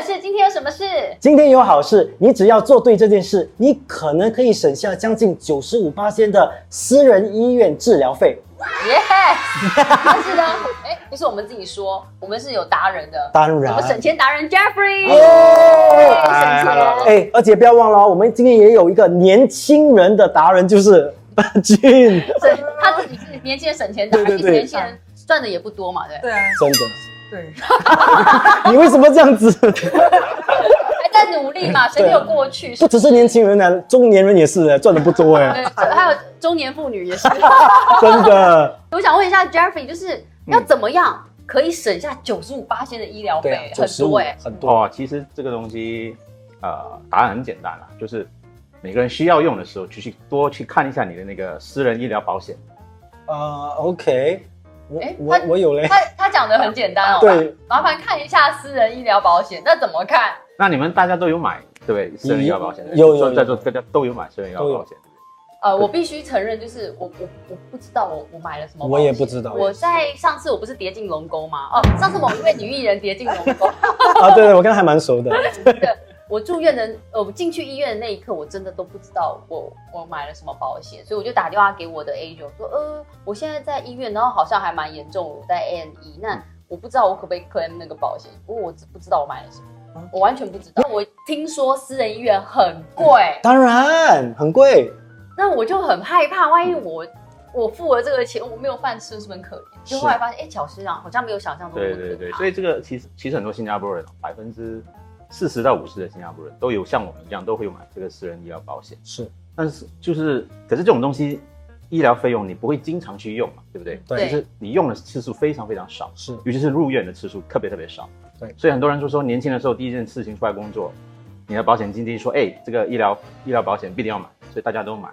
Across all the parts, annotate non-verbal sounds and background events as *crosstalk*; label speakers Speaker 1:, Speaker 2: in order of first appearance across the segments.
Speaker 1: 事？今天有什么事？
Speaker 2: 今天有好事，你只要做对这件事，你可能可以省下将近九十五八千的私人医院治疗费。
Speaker 1: Yes，但是呢，哎、不是我们自己说，我们是有达人的，
Speaker 2: 当
Speaker 1: 我
Speaker 2: 然
Speaker 1: 们，省钱达人 Jeffrey，、
Speaker 2: 哦耶！
Speaker 1: 哎省钱。
Speaker 2: 哎、而且不要忘了哦，我们今天也有一个年轻人的达人，就是巴俊，真
Speaker 1: 省他自己是年轻人省钱达人，
Speaker 2: 对对
Speaker 1: 其实
Speaker 2: 对
Speaker 1: 年轻人赚的也不多嘛，对不对，
Speaker 3: 对啊，
Speaker 2: 的，
Speaker 3: 对，
Speaker 2: 你为什么这样子？
Speaker 1: 还在努力
Speaker 2: *laughs*
Speaker 1: 嘛，谁没有过去？
Speaker 2: 不只是年轻人呢、中年人也是赚的不多哎，
Speaker 1: 对，还有中年妇女也是。
Speaker 2: 真的。
Speaker 1: 我想问一下 Jeffrey，就是要怎么样可以省下九十五八千的医疗
Speaker 2: 啊
Speaker 1: 费？很
Speaker 2: 95
Speaker 1: 多哎、
Speaker 2: 很多。
Speaker 4: 哦，其实这个东西，呃，答案很简单啦，就是每个人需要用的时候，就去多去看一下你的那个私人医疗保险。
Speaker 2: 啊、o k 我、
Speaker 1: 哎
Speaker 2: 我
Speaker 1: 他
Speaker 2: 我有嘞。
Speaker 1: 他他讲的很简单哦，
Speaker 2: 对，
Speaker 1: 麻烦看一下私人医疗保险，那怎么看？
Speaker 4: 那你们大家都有买，对不对？私人医疗保险，
Speaker 2: 有有有
Speaker 4: 在座大家都有买私人医疗保险。
Speaker 1: 呃，我必须承认，就是我我我不知道我我买了什么保险，
Speaker 2: 我也不知道
Speaker 1: 我在上次我不是跌进龙沟吗？哦，上次某一位女艺人跌进龙沟，
Speaker 2: 啊，对对，我跟他还蛮熟的。
Speaker 1: 我住院的，呃，我进去医院的那一刻，我真的都不知道我我买了什么保险，所以我就打电话给我的 agent 说，呃，我现在在医院，然后好像还蛮严重，我在 A N E，那
Speaker 2: 嗯
Speaker 1: 我不知道我可不可以 claim 那个保险，不过我只不知道我买了什么
Speaker 2: 啊，
Speaker 1: 我完全不知道。我听说私人医院很贵，
Speaker 2: 当然很贵，
Speaker 1: 那我就很害怕，万一
Speaker 4: 嗯
Speaker 1: 我我付了这个钱，我没有饭吃，是不是很可怜？就是后来发现，哎、小市长好像没有想象中那
Speaker 4: 对
Speaker 1: 么
Speaker 4: 对对，
Speaker 1: 可怕
Speaker 4: 所以这个其实其实很多新加坡人，百分之四十到五十的新加坡人都有像我们一样都会有买这个私人医疗保险。
Speaker 2: 是
Speaker 4: 但是就是，可是这种东西，医疗费用你不会经常去用嘛，对不对？
Speaker 2: 对
Speaker 4: 就是你用的次数非常非常少，
Speaker 2: 是
Speaker 4: 尤其是入院的次数特别特别少。
Speaker 2: 对
Speaker 4: 所以很多人就说，年轻的时候第一件事情出来工作，你的保险经纪说，哎，这个医疗医疗保险必定要买，所以大家都买。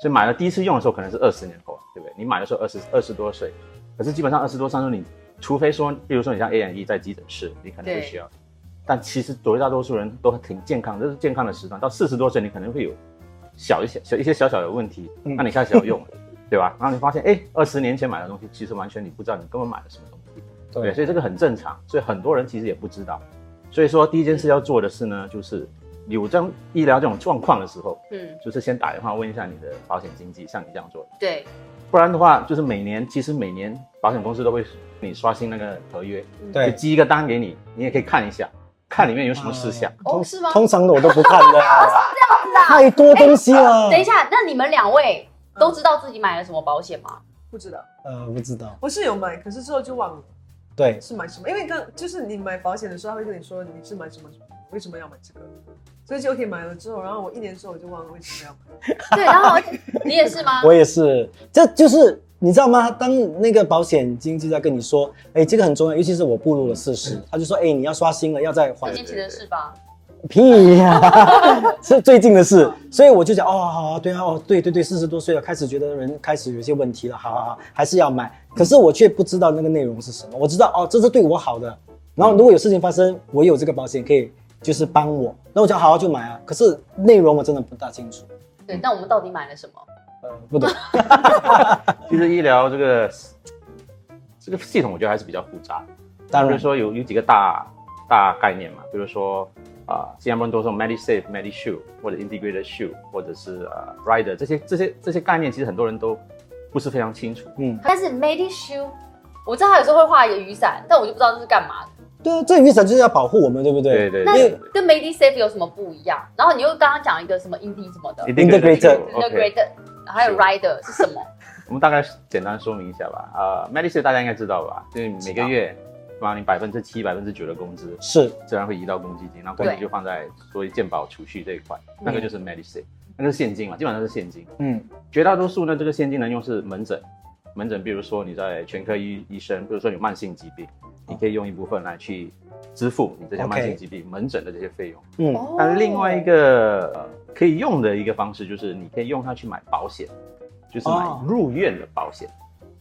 Speaker 4: 所以买了第一次用的时候可能是二十年后，对不对？你买的时候二十二十多岁，可是基本上二十多三十你，除非说，比如说你像 A N E 在急诊室，你可能
Speaker 1: 对
Speaker 4: 会需要，但其实绝大多数人都挺健康，这是健康的时段。到四十多岁，你可能会有小一些小一些小小的问题，
Speaker 2: 嗯
Speaker 4: 那你开始要用了，对吧？然后你发现，哎，二十年前买的东西，其实完全你不知道你根本买了什么东西，对，
Speaker 2: 对
Speaker 4: 所以这个很正常，所以很多人其实也不知道。所以说，第一件事要做的是呢，就是有这样医疗这种状况的时候，
Speaker 1: 嗯，
Speaker 4: 就是先打电话问一下你的保险经纪，像你这样做的。
Speaker 1: 对，
Speaker 4: 不然的话，就是每年其实每年保险公司都会你刷新那个合约，就
Speaker 2: 对。
Speaker 4: 寄一个单给你，你也可以看一下，看里面有什么事项。
Speaker 1: 哦
Speaker 2: 呃通
Speaker 1: 是吗哦
Speaker 2: 通常的我都不看的
Speaker 1: *laughs*
Speaker 2: 啊，太多东西啊了。
Speaker 4: 嗯
Speaker 1: 等一，下，那你们两位都知道自己买了什么保险吗？
Speaker 3: 不知道，
Speaker 2: 呃，不知道。
Speaker 3: 我是有买，可是之后就忘了
Speaker 2: 对，
Speaker 3: 是买什么，因为刚就是你买保险的时候，他会跟你说你是买什么，为什么要买这个，所以就 OK 买了之后，然后我一年之后我就忘了为什么要买。
Speaker 4: 嗯
Speaker 1: 对，然后而且你也是
Speaker 4: *laughs*
Speaker 1: 吗？
Speaker 2: 我也是，这就是你知道吗？当那个保险经纪在跟你说，哎，这个很重要，尤其是我步入了四
Speaker 1: 嗯
Speaker 2: 十，他就说，哎，你要刷新了，要再
Speaker 1: 最
Speaker 2: 还
Speaker 1: 近其实是吧？
Speaker 2: 屁呀、 *laughs* 是最近的事，所以我就讲，哦，好啊，对啊，哦，对对对，四十多岁了，开始觉得人开始有些问题了，好好好，还是要买，可是我却不知道那个内容是什么，我知道哦，这是对我好的，然后如果有事情发生，我有这个保险可以就是帮我，那我就好好就买啊，可是内容我真的不大清楚，
Speaker 1: 对，那我们到底买了什么？
Speaker 4: 嗯
Speaker 2: 呃，不
Speaker 4: *laughs*
Speaker 2: 懂，哦
Speaker 4: 其实医疗这个这个系统，我觉得还是比较复杂的。
Speaker 2: 当
Speaker 4: 比如
Speaker 2: 然
Speaker 4: 说有有几个大大概念嘛，比如说啊，呃新加坡人都说 MediSafe、MediShield 或者 Integrated Shield 或者是呃 Rider 这些这些这些概念，其实很多人都不是非常清楚。
Speaker 2: 嗯。
Speaker 1: 但是 MediShield，我知道他有时候会画一个雨伞，但我就不知道这是干嘛的。
Speaker 2: 对啊，这雨伞就是要保护我们，对不对？
Speaker 4: 对对
Speaker 1: 那
Speaker 4: 对对
Speaker 1: 跟 MediSafe 有什么不一样？然后你又刚刚讲一个什么 Indi 什么的
Speaker 2: Integrated
Speaker 4: Shield，
Speaker 1: 那
Speaker 4: 嗯 OK，
Speaker 1: Great，还有 Rider 是什么？
Speaker 4: 我们大概简单说明一下吧。呃，MediSafe 大家应该知道吧，就是每个月。把你百分之七、百分之九的工资
Speaker 2: 是
Speaker 4: 自然会移到公积金，那公积
Speaker 1: 对
Speaker 4: 金就放在所谓健保储蓄这一块，那个就是 MediSafe，那个是现金嘛，基本上是现金。
Speaker 2: 嗯，
Speaker 4: 绝大多数呢，这个现金能用是门诊，门诊，比如说你在全科医医生，比如说有慢性疾病，你可以用一部分来去支付你这些
Speaker 2: OK
Speaker 4: 慢性疾病门诊的这些费用。
Speaker 2: 嗯，
Speaker 1: 哦
Speaker 4: 但另外一个、
Speaker 2: 哦
Speaker 4: 呃可以用的一个方式就是，你可以用它去买保险，就是买
Speaker 2: 哦
Speaker 4: 入院的保险。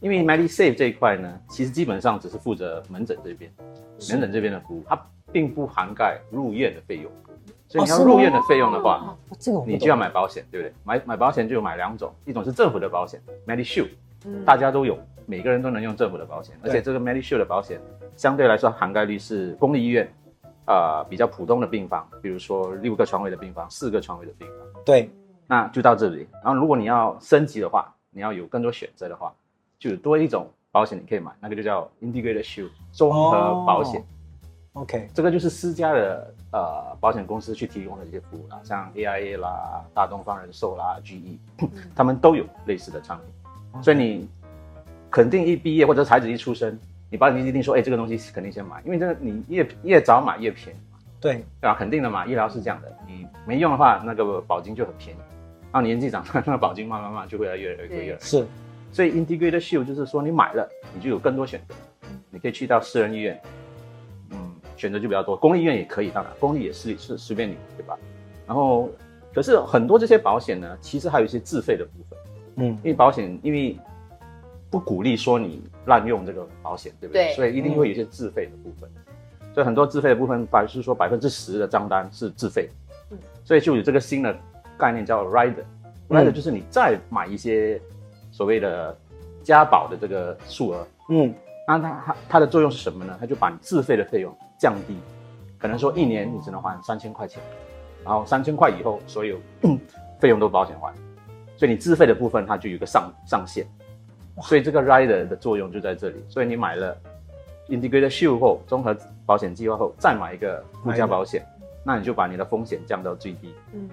Speaker 4: 因为 MediSave 这一块呢，其实基本上只是负责门诊这边，
Speaker 2: 是
Speaker 4: 门诊这边的服务，它并不涵盖入院的费用。所以
Speaker 2: 哦
Speaker 4: 你要
Speaker 2: 是吗哦
Speaker 4: 入院的费用的话，
Speaker 2: 这个我不
Speaker 4: 你
Speaker 2: 懂
Speaker 4: 就要买保险，对不对？买买保险就有买两种，一种是政府的保险 MediShield，
Speaker 3: 嗯，
Speaker 4: 大家都有，每个人都能用政府的保险，而
Speaker 2: 对
Speaker 4: 且这个 MediShield 的保险相对来说涵盖率是公立医院呃比较普通的病房，比如说六个床位的病房、四个床位的病房，
Speaker 2: 对，
Speaker 4: 那就到这里。然后如果你要升级的话，你要有更多选择的话，就有多一种保险你可以买，那个就叫 integrated shield 综合保险。
Speaker 2: 哦 OK，
Speaker 4: 这个就是私家的呃保险公司去提供的这些服务啦，像 AIA 啦、大东方人寿啦、GE，他 *coughs* 们都有类似的产品。所以你肯定一毕业或者孩子一出生，你保险经纪一定说，哎，这个东西肯定先买，因为这个你越越早买越便宜嘛，
Speaker 2: 对，
Speaker 4: 对吧、肯定的嘛，医疗是这样的，你没用的话，那个保金就很便宜，然后年纪长 *laughs* 大，那个保金慢慢慢慢就会越来越贵
Speaker 1: 对
Speaker 4: 越来越贵。
Speaker 2: 是，
Speaker 4: 所以 integrated shield 就是说你买了，你就有更多选择，你可以去到私人医院，嗯，选择就比较多，公立医院也可以，当然公立也是是随便你，对吧？然后，可是很多这些保险呢，其实还有一些自费的部分，
Speaker 2: 嗯
Speaker 4: 因，为保险因为不鼓励说你滥用这个保险，对不对？
Speaker 1: 对
Speaker 4: 所以一定会有一些自费的部分，所以很多自费的部分，百就是说百分之十的账单是自费，
Speaker 3: 嗯
Speaker 4: 所以就有这个新的概念叫 rider，rider、rider 就是你再买一些所谓的加保的这个数额，
Speaker 2: 嗯，
Speaker 4: 那它它它的作用是什么呢？它就把你自费的费用降低，可能说一年你只能还三千块钱，然后三千块以后所有费用都保险还，所以你自费的部分它就有一个上上限，所以这个 rider 的作用就在这里。所以你买了 integrated shield 后，综合保险计划后，再买一个附加保险，那你就把你的风险降到最低。
Speaker 3: 嗯，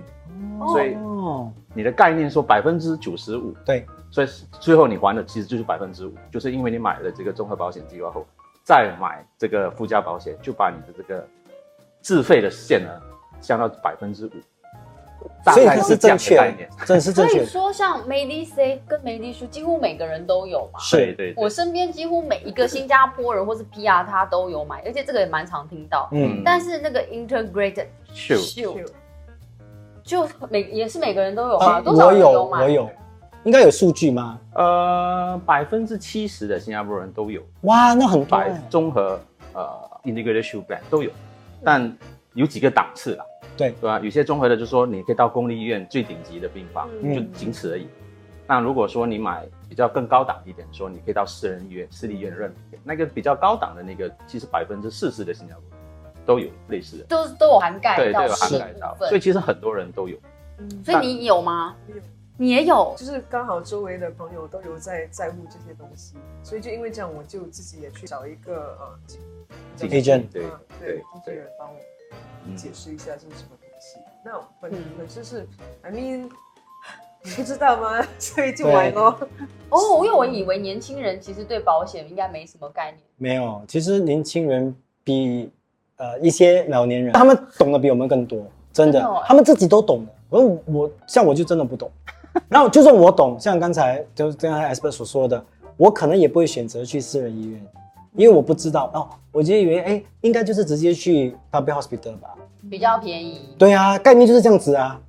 Speaker 4: 所以
Speaker 2: 哦，
Speaker 4: 你的概念说百分之九十五，
Speaker 2: 对，
Speaker 4: 所以最后你还的其实就是百分之五，就是因为你买了这个综合保险计划后，再买这个附加保险，就把你的这个自费的限额降到百分之五，大
Speaker 2: 所以
Speaker 4: 概
Speaker 2: 它是
Speaker 4: 这
Speaker 2: 正
Speaker 4: 样的
Speaker 2: 确
Speaker 4: 概念。，
Speaker 2: 真的是
Speaker 1: 所
Speaker 2: 正
Speaker 1: 以
Speaker 2: 确，
Speaker 1: 说，像 Medisay 跟 Medishu，几乎每个人都有嘛。
Speaker 4: 对
Speaker 2: 是，
Speaker 4: 对对
Speaker 1: 我，身边几乎每一个新加坡人或是 PR 他都有买，而且这个也蛮常听到。
Speaker 2: 嗯，
Speaker 1: 但是那个 Integrated
Speaker 4: 秀
Speaker 1: Shield
Speaker 3: 是
Speaker 1: 就每也是每个人都有
Speaker 2: 啊
Speaker 1: 吗？多少
Speaker 2: 我
Speaker 1: 人
Speaker 2: 有
Speaker 1: 买？
Speaker 2: 我有，应该有数据吗？
Speaker 4: 呃，百分之七十的新加坡人都有
Speaker 2: 哇，那很多
Speaker 4: 百
Speaker 2: 欸，
Speaker 4: 综合呃 integrated shield plan 都有，但有几个档次啦。
Speaker 2: 对
Speaker 4: 对吧？有些综合的就说你可以到公立医院最顶级的病房，
Speaker 3: 嗯
Speaker 4: 就仅此而已。那如果说你买比较更高档一点，说你可以到私人医院、私立医院认可，那个比较高档的那个，其实百分之四十的新加坡人都有类似的，
Speaker 1: 都都有涵盖
Speaker 4: 对
Speaker 1: 到这
Speaker 4: 对，有
Speaker 1: 个
Speaker 4: 涵盖
Speaker 1: 部
Speaker 4: 到，
Speaker 1: 分
Speaker 4: 所以其实很多人都有。
Speaker 3: 嗯，
Speaker 1: 所以你有吗
Speaker 3: 有？
Speaker 1: 你也有，
Speaker 3: 就是刚好周围的朋友都有在在乎这些东西，所以就因为这样，我就自己也去找一个呃经
Speaker 4: 经
Speaker 3: 纪
Speaker 2: Agent
Speaker 4: 对
Speaker 3: 嗯对
Speaker 4: 对
Speaker 3: 经纪
Speaker 4: 对
Speaker 3: 人帮我
Speaker 4: 嗯
Speaker 3: 解释一下这是什么东西。那本
Speaker 1: 嗯
Speaker 3: 本身是，I mean，你不知道吗？ *laughs* 所以就玩咯。
Speaker 1: 哦，因为我以为年轻人其实对保险应该没什么概念。
Speaker 2: 没有，其实年轻人比呃一些老年人，他们懂得比我们更多，真
Speaker 1: 真
Speaker 2: 的，
Speaker 1: 的哦
Speaker 2: 他们自己都懂的。而我像我就真的
Speaker 1: *laughs*
Speaker 2: 不懂，然后就算我懂，像刚才就是刚才 Asper 所说的，我可能也不会选择去私人医院，因为我不知道哦，我就以为哎，应该就是直接去 public hospital 吧。
Speaker 1: 比较便宜。
Speaker 2: 对啊，概念就是这样子啊。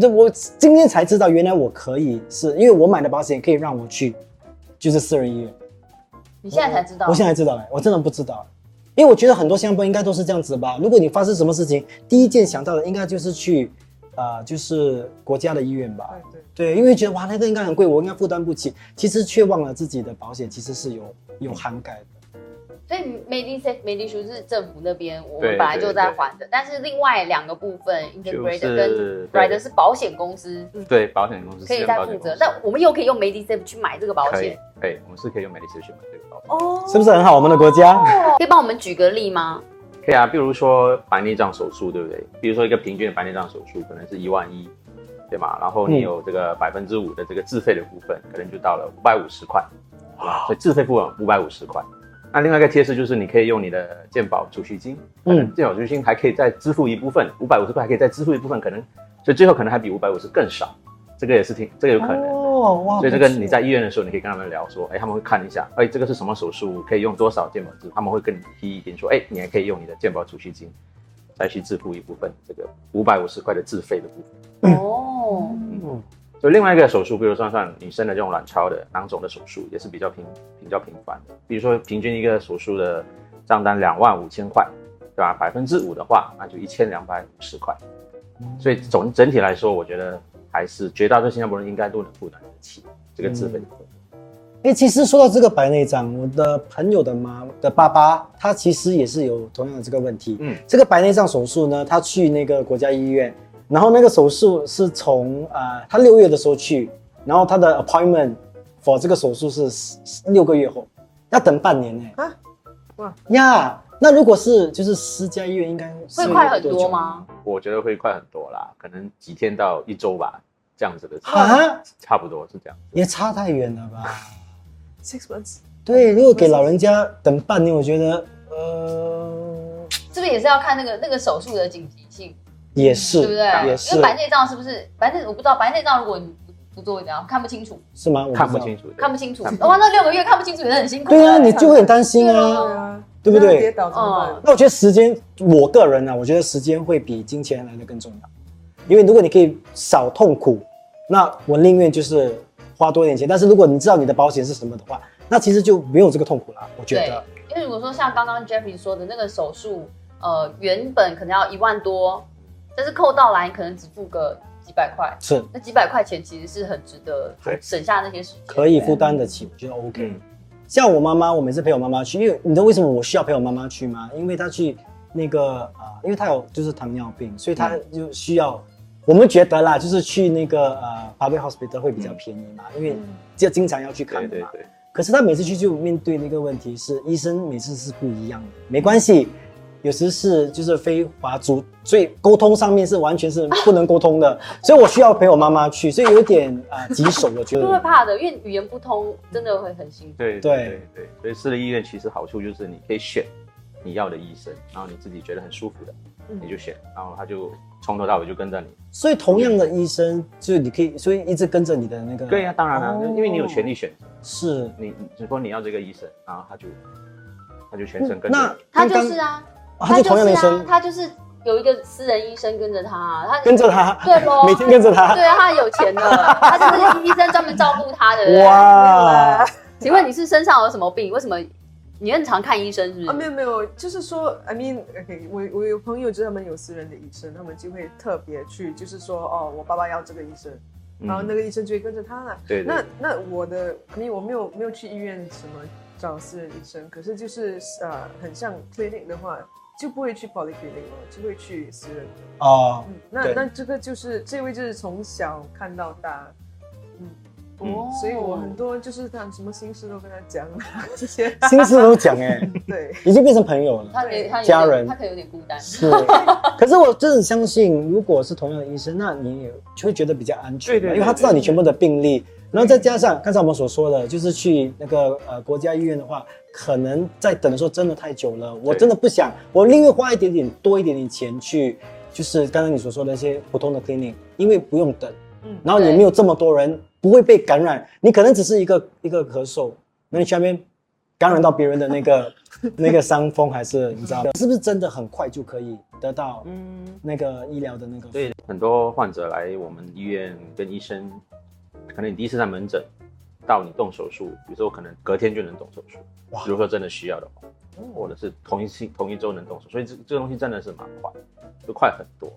Speaker 2: 这我今天才知道，原来我可以是因为我买的保险可以让我去，就是私人医院。
Speaker 1: 你现在才知道，
Speaker 2: 我现在才知道哎、我真的不知道，因为我觉得很多新加坡应该都是这样子吧。如果你发生什么事情，第一件想到的应该就是去，啊、就是国家的医院吧。
Speaker 3: 哎对，
Speaker 2: 对，因为觉得哇，那个应该很贵，我应该负担不起。其实却忘了自己的保险其实是有有涵盖的。
Speaker 1: 所以 Medisave、Medishu 是政府那边我
Speaker 4: 对
Speaker 1: 们本来就在
Speaker 4: 对对
Speaker 1: 还的，但是另外两个部分 Integrated
Speaker 4: 是
Speaker 1: 跟 Rider
Speaker 4: 对
Speaker 1: 是保险公司
Speaker 4: 对，保险公司
Speaker 1: 可以
Speaker 4: 私人
Speaker 1: 在
Speaker 4: 保
Speaker 1: 负
Speaker 4: 险
Speaker 1: 责
Speaker 4: 公，司
Speaker 1: 但我们又可以用 Medisave 去买这个保
Speaker 4: 可以
Speaker 1: 险
Speaker 4: 可以，我们是可以用美丽社去买这个保险。
Speaker 1: 哦
Speaker 2: 是不是很好？我们的国家，
Speaker 1: 可以帮我们举个例吗？
Speaker 4: 可以啊，比如说白内障手术，对不对？比如说一个平均的白内障手术可能是一万一，对吗？然后
Speaker 2: 嗯
Speaker 4: 你有这个百分之五的这个自费的部分，可能就到了五百五十块，对吧？所以自费部分五百五十块。那另外一个贴士就是，你可以用你的健保储蓄金，
Speaker 2: 嗯
Speaker 4: 嗯，健保储蓄金还可以再支付一部分，五百五十块还可以再支付一部分，可能，所以最后可能还比五百五十更少，这个也是挺，这个有可能的。
Speaker 2: 哦，哇
Speaker 4: 所以这个
Speaker 2: 不错
Speaker 4: 你在医院的时候，你可以跟他们聊说，哎，他们会看一下，哎，这个是什么手术，可以用多少健保支付，他们会跟你提意见说，哎，你还可以用你的健保储蓄金，再去支付一部分这个五百五十块的自费的部分。
Speaker 1: 哦，
Speaker 2: 嗯
Speaker 4: 所以另外一个手术，比如说像女生的这种卵巢的囊肿的手术，也是比较频比较频繁的。比如说平均一个手术的账单两万五千块，对吧？百分之五的话，那就一千两百五十块。所以总整体来说，我觉得还是绝大多数新加坡人应该都能负担得起这个自费的部分。
Speaker 2: 哎，其实说到这个白内障，我的朋友的妈的爸爸，他其实也是有同样的这个问题。
Speaker 4: 嗯
Speaker 2: 这个白内障手术呢，他去那个国家医院，然后那个手术是从呃他六月的时候去，然后他的 appointment for 这个手术是十十六个月后，要等半年呢、
Speaker 3: 啊，哇
Speaker 2: 呀那如果是就是私家医院，应该
Speaker 1: 会
Speaker 2: 是
Speaker 1: 快很
Speaker 2: 久
Speaker 1: 多？吗？
Speaker 4: 我觉得会快很多啦，可能几天到一周吧，这样子的，
Speaker 2: 啊，
Speaker 4: 差不多是这样。
Speaker 2: 也差太远了吧？
Speaker 3: ，six months，
Speaker 2: 对，如果给老人家等半年，我觉得呃
Speaker 1: 是不是也是要看那个那个手术的紧急性，
Speaker 2: 也是，
Speaker 1: 对不对？
Speaker 2: 也
Speaker 1: 因
Speaker 2: 是
Speaker 1: 为白内障是不是白内我不知道白内障如果你不做怎样看不清楚，
Speaker 2: 是吗？我
Speaker 4: 看不
Speaker 2: 知道
Speaker 4: 清。楚，对
Speaker 1: 看不清楚，哇，那六个月看不清楚也是很辛苦的。
Speaker 2: 对啊，你就会很担心
Speaker 1: 对
Speaker 2: 啊
Speaker 1: 啊。
Speaker 3: 啊，
Speaker 2: 对不对
Speaker 3: 这样跌倒怎么办？
Speaker 1: 嗯
Speaker 2: 那我觉得时间，我个人啊，我觉得时间会比金钱来的更重要，因为如果你可以少痛苦，那我宁愿就是花多一点钱。但是如果你知道你的保险是什么的话，那其实就没有这个痛苦了。我觉
Speaker 1: 对
Speaker 2: 得，，
Speaker 1: 因为如果说像刚刚 Jeffrey 说的那个手术，呃，原本可能要一万多，但是扣到来可能只付个几百块，
Speaker 2: 是
Speaker 1: 那几百块钱其实是很值得
Speaker 4: 对
Speaker 1: 省下那些时间。
Speaker 2: 可以负担得起，我觉得 OK。
Speaker 4: 嗯
Speaker 2: 像我妈妈，我每次陪我妈妈去，因为你知道为什么我需要陪我妈妈去吗？因为她去那个啊、呃因为她有就是糖尿病，所以她就需要。我们觉得啦，就是去那个呃 public hospital 会比较便宜嘛，因为就经常要去看
Speaker 4: 对
Speaker 2: 的
Speaker 4: 嗯对
Speaker 2: 嘛。
Speaker 4: 对，
Speaker 2: 可是她每次去就面对那个问题是，医生每次是不一样的，没关系。有时是就是非华族，所以沟通上面是完全是不能沟通的，所以我需要陪我妈妈去，所以有点啊棘手，我觉
Speaker 1: 就会
Speaker 2: 得。
Speaker 1: 怕的，因为语言不通真的会很辛苦。
Speaker 4: 对
Speaker 2: 对
Speaker 4: 对对，所以私立医院其实好处就是你可以选你要的医生，然后你自己觉得很舒服的，
Speaker 3: 嗯
Speaker 4: 你就选，然后他就从头到尾就跟着你。
Speaker 2: 所以同样的医生，就你可以，所以一直跟着你的那个。
Speaker 4: 对呀、当然啦、
Speaker 2: 哦
Speaker 4: 因为你有权利选择，
Speaker 2: 是。
Speaker 4: 你你只不过你要这个医生，然后他就他就全程跟着
Speaker 2: 那
Speaker 4: 你。
Speaker 1: 他
Speaker 2: 刚
Speaker 1: 就
Speaker 2: 刚
Speaker 1: 是啊，
Speaker 2: 啊他就同样的医
Speaker 1: 啊
Speaker 2: 生，
Speaker 1: 他就是有一个私人医生跟着他，他
Speaker 2: 跟着他，
Speaker 1: 对咯
Speaker 2: 每天跟着他。
Speaker 1: 对啊，他有钱的，他就是医生专门照顾他的。对不啊对，
Speaker 2: 哇，
Speaker 1: 请问你是身上有什么病？为什么你很常看医生？是不是？
Speaker 3: 啊，没有没有，就是说，I mean，OK，、我我有朋友就是他们有私人的医生，他们就会特别去，就是说，哦，我爸爸要这个医生，
Speaker 2: 嗯
Speaker 3: 然后那
Speaker 4: 个
Speaker 3: 个医生就会跟着他啦。
Speaker 4: 对对
Speaker 3: 那那我的，因为我没有没有去医院什么找私人医生，可是就是呃，很像 clinic 的话，就不会去 polyclinic 了，就会去私人的。
Speaker 2: 哦，
Speaker 3: 嗯，那
Speaker 2: 对
Speaker 3: 那这个就是这位就是从小看到大，嗯，
Speaker 1: 哦
Speaker 3: 所以我很多就是他什么心事都跟他讲啊这些，
Speaker 2: 心事都讲哎，
Speaker 3: 对，
Speaker 2: 已经变成朋友了。
Speaker 1: 他可以，他有点
Speaker 2: 家人
Speaker 1: 他可能有点孤单。
Speaker 4: *laughs*
Speaker 2: 是，可是我真的相信，如果是同样的医生，那你也就会觉得比较安全嘛，
Speaker 4: 对对对
Speaker 2: 因为他知道你全部的病例，然后再加上刚才我们所说的，就是去那个呃国家医院的话，可能在等的时候真的太久了，我
Speaker 4: 对
Speaker 2: 真的不想，我宁愿花一点点多一点点钱去，就是刚刚你所说的那些普通的 clinic，因为不用等，
Speaker 3: 嗯，
Speaker 2: 然后也
Speaker 1: 对
Speaker 2: 没有这么多人，不会被感染。你可能只是一个一个咳嗽，那你下面感染到别人的那个那个伤风，还是你知道，是不是真的很快就可以得到
Speaker 3: 嗯，
Speaker 2: 那个医疗的那个？
Speaker 4: 对，很多患者来我们医院跟医生，可能你第一次在门诊，到你动手术，有时候可能隔天就能动手术。
Speaker 2: 哇
Speaker 4: 如果真的需要的话，或者是同一期同一周能动手，所以这这个东西真的是蛮快，就快很多，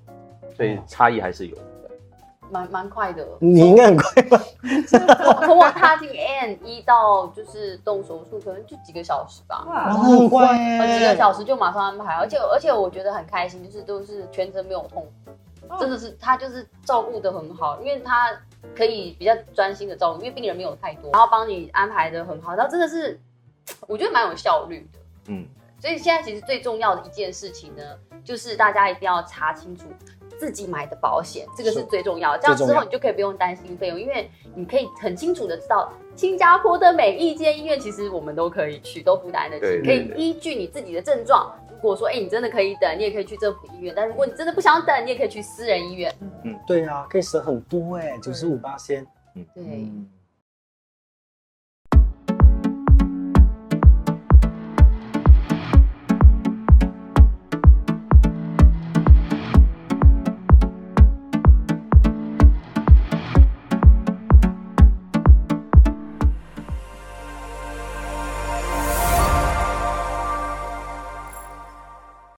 Speaker 4: 所以差异还是有的。
Speaker 1: 蛮蛮快的。 *laughs*
Speaker 2: 你应该很快吧？
Speaker 1: 从我踏进 N 一到就是动手术，可能就几个小时吧，
Speaker 2: 哇，
Speaker 3: 哇，
Speaker 2: 很快
Speaker 1: 呃，几个
Speaker 2: 耶！
Speaker 1: 小时就马上安排，而且而且我觉得很开心，就是都是全程没有痛
Speaker 3: 哦，
Speaker 1: 真的是他就是照顾的很好，因为他可以比较专心的照顾，因为病人没有太多，然后帮你安排的很好，然后真的是我觉得蛮有效率的。
Speaker 4: 嗯，
Speaker 1: 所以现在其实最重要的一件事情呢，就是大家一定要查清楚自己买的保险，这个是
Speaker 2: 是
Speaker 1: 最重要的。这样
Speaker 2: 最
Speaker 1: 之
Speaker 2: 重要
Speaker 1: 后你就可以不用担心费用，因为你可以很清楚的知道，新加坡的每一间医院其实我们都可以去，都负担得
Speaker 4: 对
Speaker 1: 起，可以
Speaker 4: 对对
Speaker 1: 依据你自己的症状。如果说，哎、你真的可以等，你也可以去政府医院；但如果你真的不想等，你也可以去私人医院。
Speaker 2: 欸对啊，可以省很多哎，九十五八仙。
Speaker 1: 对，
Speaker 2: 嗯，